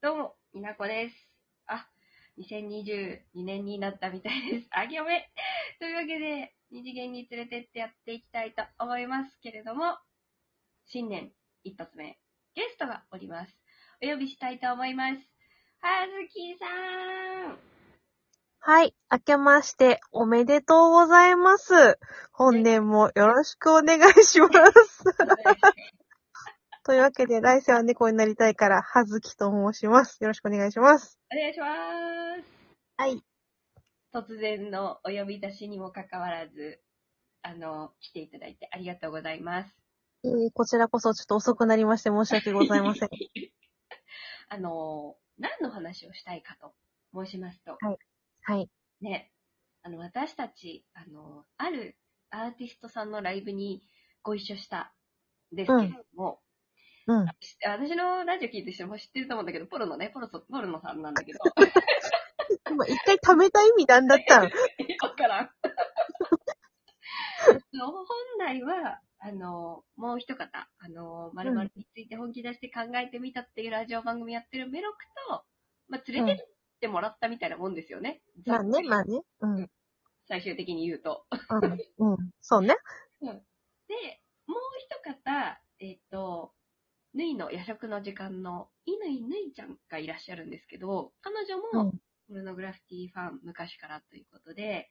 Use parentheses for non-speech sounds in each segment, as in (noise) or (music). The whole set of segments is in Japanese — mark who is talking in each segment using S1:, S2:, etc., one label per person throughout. S1: どうも、みなこです。あ、2022年になったみたいです。あげおめというわけで、二次元に連れてってやっていきたいと思いますけれども、新年一発目、ゲストがおります。お呼びしたいと思います。はずきさ
S2: (laughs)
S1: ん
S2: はい。明けまして、おめでとうございます。本年もよろしくお願い (laughs) します。というわけで、来世は猫になりたいから、はずきと申します。よろしくお願いします。
S1: お願いします。
S2: はい。
S1: 突然のお呼び出しにもかかわらず、あの、来ていただいてありがとうございます。
S2: えーこちらこそちょっと遅くなりまして申し訳ござい (laughs) ません。
S1: あの、何の話をしたいかと申しますと、
S2: はい。
S1: ね、あの、私たち、あの、あるアーティストさんのライブにご一緒したんですけれども、
S2: うん。
S1: し私のラジオ聞いてる人も知ってると思うんだけど、ポロのね、ポロソポロノさんなんだけ
S2: (laughs)
S1: ど、
S2: 今一回貯めた意味なんだったん
S1: わからん。 (laughs) 本来は、あの、もう一方、あの、まるまるについて本気出して考えてみたっていうラジオ番組やってるメロクと、まあ、連れてってもらったみたいなもんですよね。
S2: (laughs) まあね、まあね。うん。うん
S1: 最終的に言うと。。
S2: うん。そうね。
S1: で、もう一方、えっ、と、ぬいの夜食の時間の犬井ぬいちゃんがいらっしゃるんですけど、彼
S2: う
S1: 女も
S2: ん。
S1: ポルノグラフィティファン昔からということで、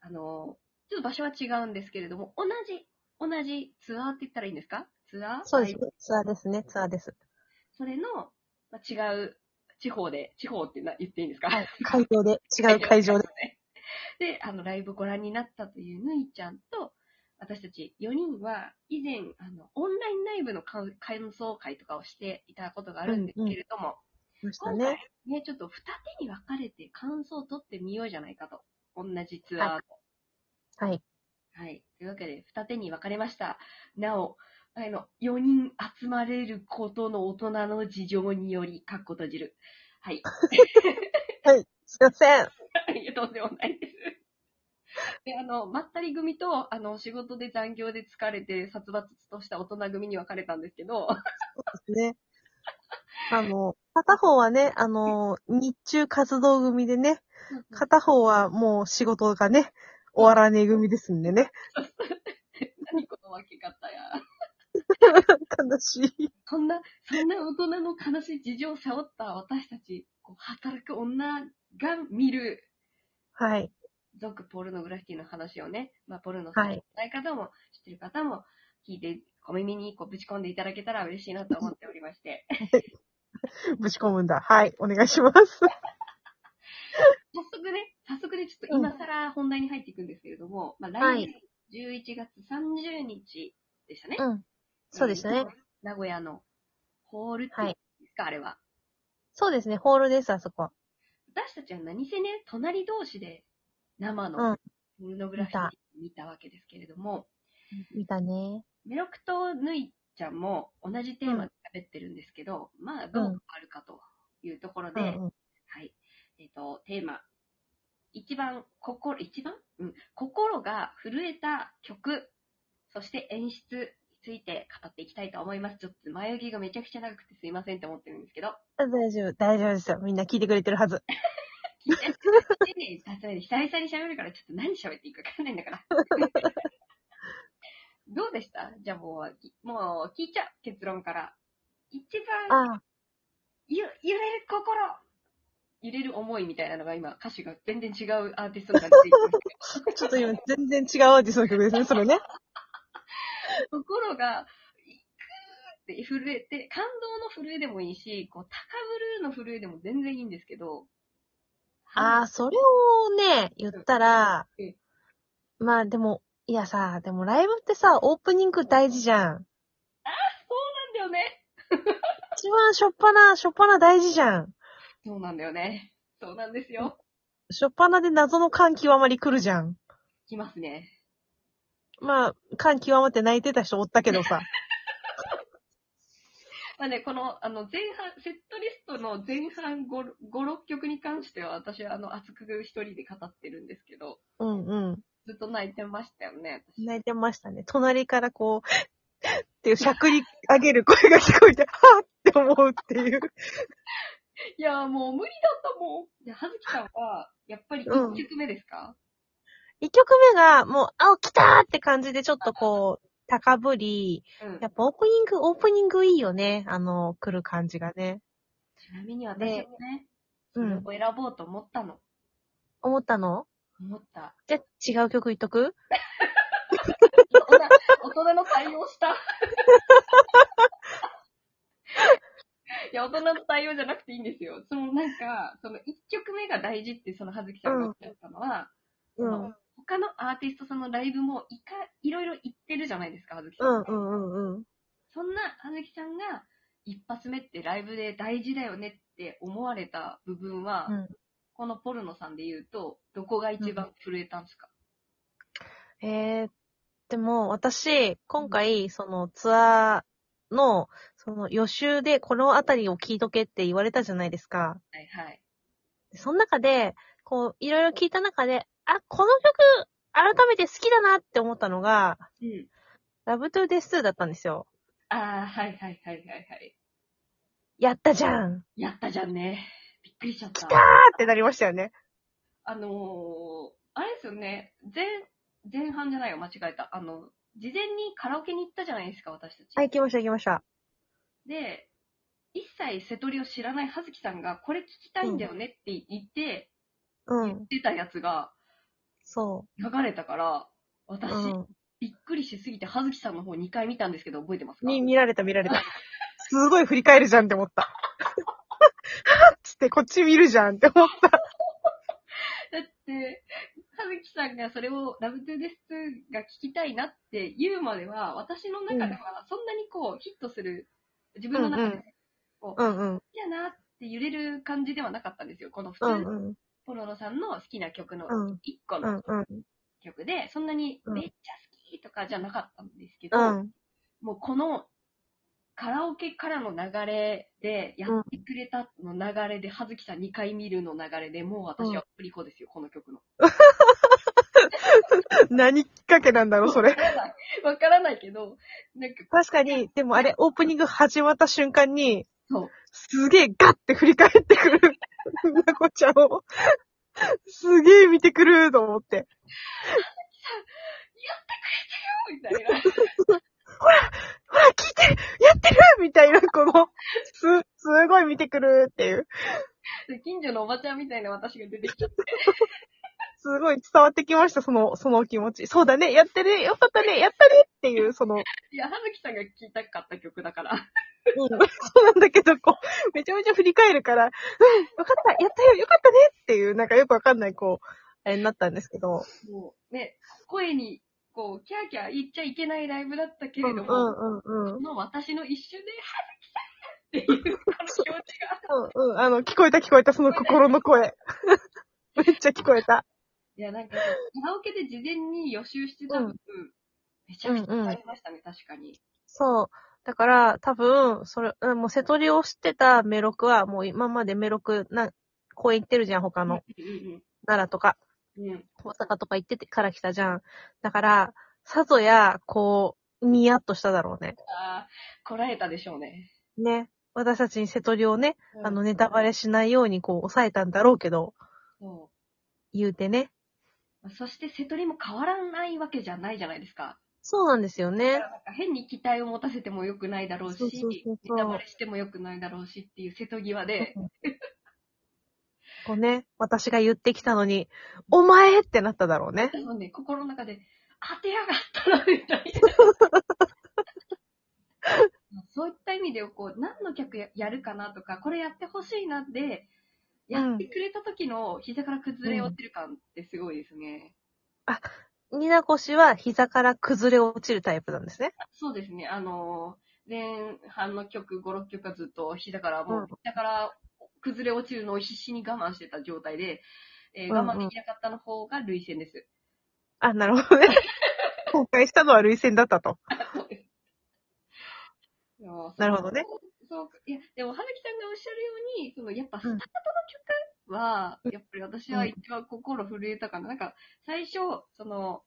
S1: あの、ちょっと場所は違うんですけれども、同じ、同じツアーって言ったらいいんですかツアー
S2: そうです
S1: はい
S2: ね。ツアーですね。ツアーです。
S1: それの、まあ、違う地方で、地方ってな言っていいんですか、
S2: はい。会場で、違う会 (laughs) 場で。
S1: で、あの、ライブご覧になったというぬいちゃんと、私たち4人は、以前、あの、オンラインライブの感感想会とかをしていたことがあるんですけれども、
S2: ました
S1: 今回
S2: ね。
S1: ね、ちょっと二手に分かれて感想を取ってみようじゃないかと。同じツアーと。
S2: はい。
S1: はい。というわけで、二手に分かれました。なお、あの、4人集まれることの大人の事情により、かっこ閉じる。はい。
S2: すいません。
S1: いやとんでもないです。で、あの、まったり組と、あの、仕事で残業で疲れて、殺伐とした大人組に分かれたんですけど、
S2: ね。あの、片方はね、あの、日中活動組でね、片方はもう仕事がね、終わらねえ組ですんでね。
S1: 何この分け方や。
S2: 悲しい。
S1: そんな、そんな大人の悲しい事情を背負った私たち、こう働く女が見る、
S2: はい。
S1: 俗ポルノグラフィティの話をね、まあ、ポルノさん
S2: は
S1: 知
S2: い
S1: らない方も、知ってる方も、聞いて、小耳にこうぶち込んでいただけたら嬉しいなと思っておりまして。
S2: ぶち込むんだ。はい。お願いします。
S1: 早速ね、早速ね、ちょっと
S2: うん
S1: 今更本題に入っていくんですけれども、まあ、
S2: は
S1: 来
S2: い
S1: 年11月30日でしたね。
S2: うん。そうでしたね。
S1: 名古屋のホールっていうん
S2: は
S1: で
S2: い
S1: すか、あれは。
S2: そうですね。ホールです、あそこは。
S1: 私たちは何せね、隣同士で生の布グラフィティを見たわけですけれども、
S2: 見たね。
S1: メロクとヌイちゃんも同じテーマで喋ってるんですけど、まあ、どう変わるかというところで、
S2: うんうん。
S1: はい。えっ、と、テーマ。一番、心、一番うん。心が震えた曲、そして演出について語っていきたいと思います。ちょっと前置きがめちゃくちゃ長くてすいませんって思ってるんですけど。
S2: 大丈夫、大丈夫ですよ。みんな聞いてくれてるはず。
S1: 聞いて、丁寧に尋ねて (laughs) 久々に喋るから、ちょっと何喋っていいかわかんないんだから。 (laughs) どうでしたじゃあもう、きもう聞いちゃう、結論から。一番
S2: ああ、
S1: ゆ、揺れる心揺れる思いみたいなのが今、歌詞が全然違うアーティストになっていきましたけ
S2: ちょっと今全然違うアーティストの曲ですね、それね。
S1: ど心が、くーって震えて、感動の震えでもいいし、こう、高ぶるの震えでも全然いいんですけど。
S2: ああ、それをね、言ったら
S1: うん、
S2: まあでも、いやさ、でもライブってさ、オープニング大事じゃん。
S1: そうなんだよね。
S2: 一番しょっぱな、しょっぱな大事じゃん。
S1: そうなんだよね。そうなんですよ。
S2: しょっぱなで謎の感極まり来るじゃん。
S1: きますね。
S2: まあ、感極まって泣いてた人おったけどさ。 (laughs)
S1: まあね、この、あの、前半、セットリストの前半5、6曲に関しては、私は、あの、熱く一人で語ってるんですけど、
S2: うんうん。
S1: ずっと泣いてましたよね。私
S2: 泣いてましたね。隣からこう、っていうしゃくり上げる声が聞こえて、はぁって思思うっていう。
S1: いや、もう無理だったもん。じゃあ、はずきさんは、やっぱり
S2: うん
S1: 1曲目ですか、
S2: 一曲目が、もう、あ、来たーって感じでちょっとこう、高ぶり、
S1: うん、
S2: やっぱオープニング、オープニングいいよね。あの、来る感じがね。
S1: ちなみに私もね、
S2: う
S1: それを
S2: ん。
S1: 選ぼうと思ったの。
S2: 思ったの
S1: 思 (laughs) った。
S2: じゃあ違う曲言っとく
S1: 大人大人の対応した。いや、大人の対応じゃなくていいんですよ。そのなんか、その1曲目が大事って、そのはずきさんがおっしゃったのは、
S2: う
S1: そ
S2: ん。う
S1: の
S2: ん
S1: 他のアーティストさんのライブもいか、いろいろ行ってるじゃないですか、はずきさ
S2: うん
S1: ん。
S2: うんうん。
S1: そんなはずきさんが、一発目ってライブで大事だよねって思われた部分は、
S2: うん
S1: このポルノさんで言うと、どこが一番震えたんですか、
S2: えー、でも私、今回、そのツアーの、その予習でこのあたりを聞いとけって言われたじゃないですか。
S1: はいはい。
S2: でその中で、こう、いろいろ聞いた中で、あ、この曲、改めて好きだなって思ったのが、
S1: うん。
S2: ラブトゥーデストゥーだったんですよ。
S1: ああ、はいはいはいはいはい。
S2: やったじゃん
S1: やったじゃんね。びっくりしちゃった。
S2: あーってなりましたよね。
S1: あのー、あれですよね。前、前半じゃないよ、間違えた。あの、事前にカラオケに行ったじゃないですか、私たち。
S2: はい、行きました行きました。
S1: で、一切瀬取りを知らない葉月さんが、これ聞きたいんだよねって言って、
S2: う
S1: 言っ
S2: ん。
S1: てたやつが
S2: そ
S1: 流れたから、
S2: う。
S1: 私、
S2: うん。
S1: びっくりしすぎて、葉月さんの方2回見たんですけど、覚えてますか
S2: に、見られた見られた。すごい振り返るじゃんって思った。はっつってこっち見るじゃんって思った。
S1: だって、葉月さんがそれをラブトゥーデスが聞きたいなって言うまでは、私の中ではそんなにこうヒットする、自分の中
S2: うんう
S1: でこう、
S2: う
S1: 好
S2: んうん。
S1: きだなって揺れる感じではなかったんですよ。この普通、
S2: うんうん。
S1: ポロロさんの好きな曲の
S2: うん
S1: 1個
S2: う
S1: の
S2: んうん。
S1: 曲で、そんなに
S2: うん
S1: めっちゃ好きとかじゃなかったんですけど、
S2: うん。
S1: もうこのカラオケからの流れで、やってくれたの流れで、葉月さん2回見るの流れで、もう私はプリコですよ、この曲の。
S2: 何きっかけなんだろう、それ。
S1: (laughs) わからないけど、なんか、
S2: 確かに、でもあれ、オープニング始まった瞬間に、
S1: そう。
S2: すげえガッて振り返ってくる。なこちゃんを。すげえ見てくると思って。
S1: みたいな。
S2: ほら、聞いてるやってるみたいな、この、す、すごい見てくるっていう。
S1: で近所のおばちゃんみたいな私が出てきちゃって。
S2: すごい伝わってきました、その、そのお気持ち。そうだね、やってるよかったね、やったねっていう、その、うん。
S1: いや、葉月さんが聴きたかった曲だから。
S2: そうなんだけど、こう、めちゃめちゃ振り返るから、うん、よかった、やったよ、よかったねっていう、なんかよくわかんない、こう、あれになったんですけど。
S1: もう、ね、声に、こう、キャーキャー言っちゃいけないライブだったけ
S2: う
S1: れ
S2: んう
S1: ど
S2: ん
S1: も、
S2: うんうん
S1: こ。の私の一瞬で、葉月さんっていう、この気持ちが。
S2: うんうん、あの、聞こえた聞こえた、その心の声。 (laughs) めっちゃ聞こえた。
S1: いや、なんか、カラオケで事前に予習してた
S2: う
S1: 分
S2: ん、
S1: めちゃくちゃありましたね、確かに。
S2: そう。だから、多分、それ、うんもう瀬戸りを知ってたメロクは、もう今までメロク、な、公園行ってるじゃん、他の。
S1: うん
S2: 奈良とか、
S1: うんうん。うん。
S2: 大阪とか行っててから来たじゃん。だから、さぞや、こう、ニヤっとしただろうね。
S1: ああ、こらえたでしょうね。
S2: ね。私たちに瀬戸りをね、
S1: うん
S2: あの、ネタバレしないように、こう、抑えたんだろうけど、
S1: そう。
S2: 言うてね。
S1: そして、瀬戸りも変わらないわけじゃないじゃないですか。
S2: そうなんですよ
S1: (laughs)
S2: ね。
S1: なんか変に期待を持たせても良くないだろうし、
S2: そうそうそうそう
S1: ネタバレしても良くないだろうしっていう瀬戸際で、
S2: こうね、私が言ってきたのに、お前ってなっただろうね。
S1: 多分ね、心の中で、当てやがったな、 (laughs) みたいな。そういった意味で、こう、何の曲ややるかなとか、これやってほしいなって、
S2: う
S1: や
S2: ん
S1: ってくれた時の膝から崩れ落ちる感ってすごいですね。
S2: ニナコ氏は膝から崩れ落ちるタイプなんですね。
S1: そうですね、あのー前半の曲、5、6曲はずっと膝から、も
S2: うん
S1: う膝から崩れ落ちるのを必死に我慢してた状態で、えー
S2: うんうん
S1: 我慢できなかったの方が涙腺です。
S2: あ、なるほ
S1: (laughs)
S2: どね。公開したのは類戦だったと。
S1: いやーそう
S2: なるほどね。
S1: そうか。いや、でも、はるきさんがおっしゃるように、その、やっぱ、スタートの曲は、やっぱり私は一番心震えたかな。なんか、最初、その、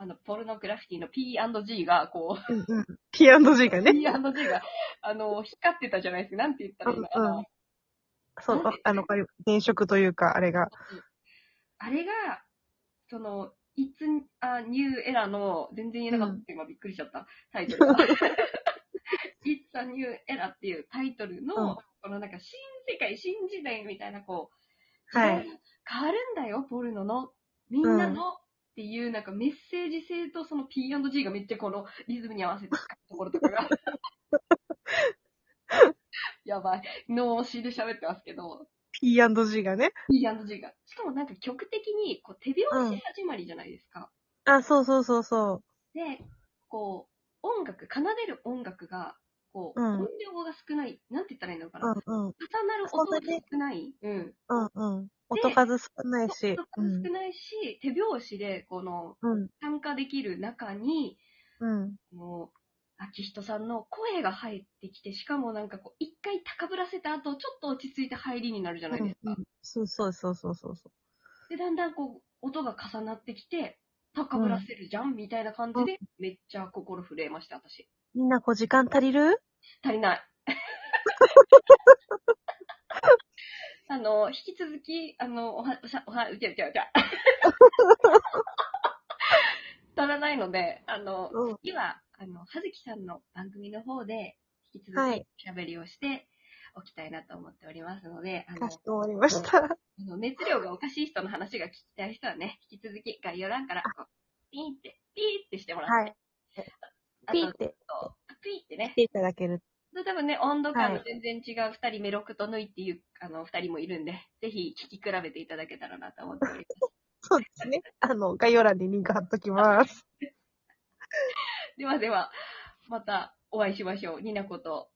S1: あの、ポルノグラフィティの P&G が、こ
S2: (laughs)
S1: う、
S2: P&G がね。
S1: P&G が、あの、光ってたじゃないですか。なんて言ったらいいのか
S2: うんう
S1: な。
S2: そう、あの、電飾というか、あれが。
S1: あれが、その、いつ、あ、ニューエラの、全然言えなかったって今びっくりしちゃった、タイトルが。It's a New Era っていうタイトルの、
S2: うん
S1: このなんか新世界、新時代みたいな、こう、
S2: は
S1: 時代
S2: い。
S1: が変わるんだよ、ポルノの。みんなの、っていうなんかメッセージ性とその P&G がめっちゃこのリズムに合わせて使うところとか
S2: (laughs)
S1: が。やばい。脳死で喋ってますけど、
S2: P&G がね。
S1: P&G が。しかもなんか曲的にこう手拍子始まりじゃないですか。
S2: あ、そうそうそうそ
S1: で、こう、音楽、奏でる音楽が、こう、
S2: うん
S1: 音量が少ない。なんて言ったらいいのか
S2: う。
S1: な。
S2: うんうん。
S1: 重なる音が少ない。うん。
S2: うんうん。音数少ない
S1: 音
S2: し。
S1: が
S2: う
S1: 少
S2: ん。
S1: ないし、手拍子で、この、
S2: うん。
S1: 参加できる中に、
S2: うん。
S1: この、秋人さんの声が入ってきて、しかもなんかこう、一回高ぶらせた後、ちょっと落ち着いた入りになるじゃないですか。
S2: そうそうそうそうそう。
S1: で、だんだんこう、音が重なってきて、高ぶらせるじゃん、みたいな感じで、めっちゃ心震えました、私。
S2: みんなこう時間足りる
S1: 足り
S2: (laughs)
S1: ない。あの、引き続き、あの、おは、おしゃ、おは、うちゃうちゃう
S2: (laughs)
S1: ちゃ。足らないので、あの、
S2: うん。
S1: 次は、あの、はずきさんの番組の方で、引き
S2: は
S1: 続
S2: い
S1: き喋りをしておきたいなと思っておりますので、あの
S2: かし、こまりました。
S1: あの熱量がおかしい人の話が聞きたい人はね、引き続き概要欄から、こうピーって、ピーってしてもらって、
S2: はい。
S1: あと
S2: ピーって
S1: こうピーってね
S2: 来、ていただける。
S1: それ多分ね、温度感
S2: は
S1: の
S2: い
S1: 全然違う二人、メロクとヌイっていう、あの、二人もいるんで、ぜひ聞き比べていただけたらなと思っております。
S2: そうですね。あの、概要欄にリンク貼っときます。
S1: ではでは、またお会いしましょう。ニナコと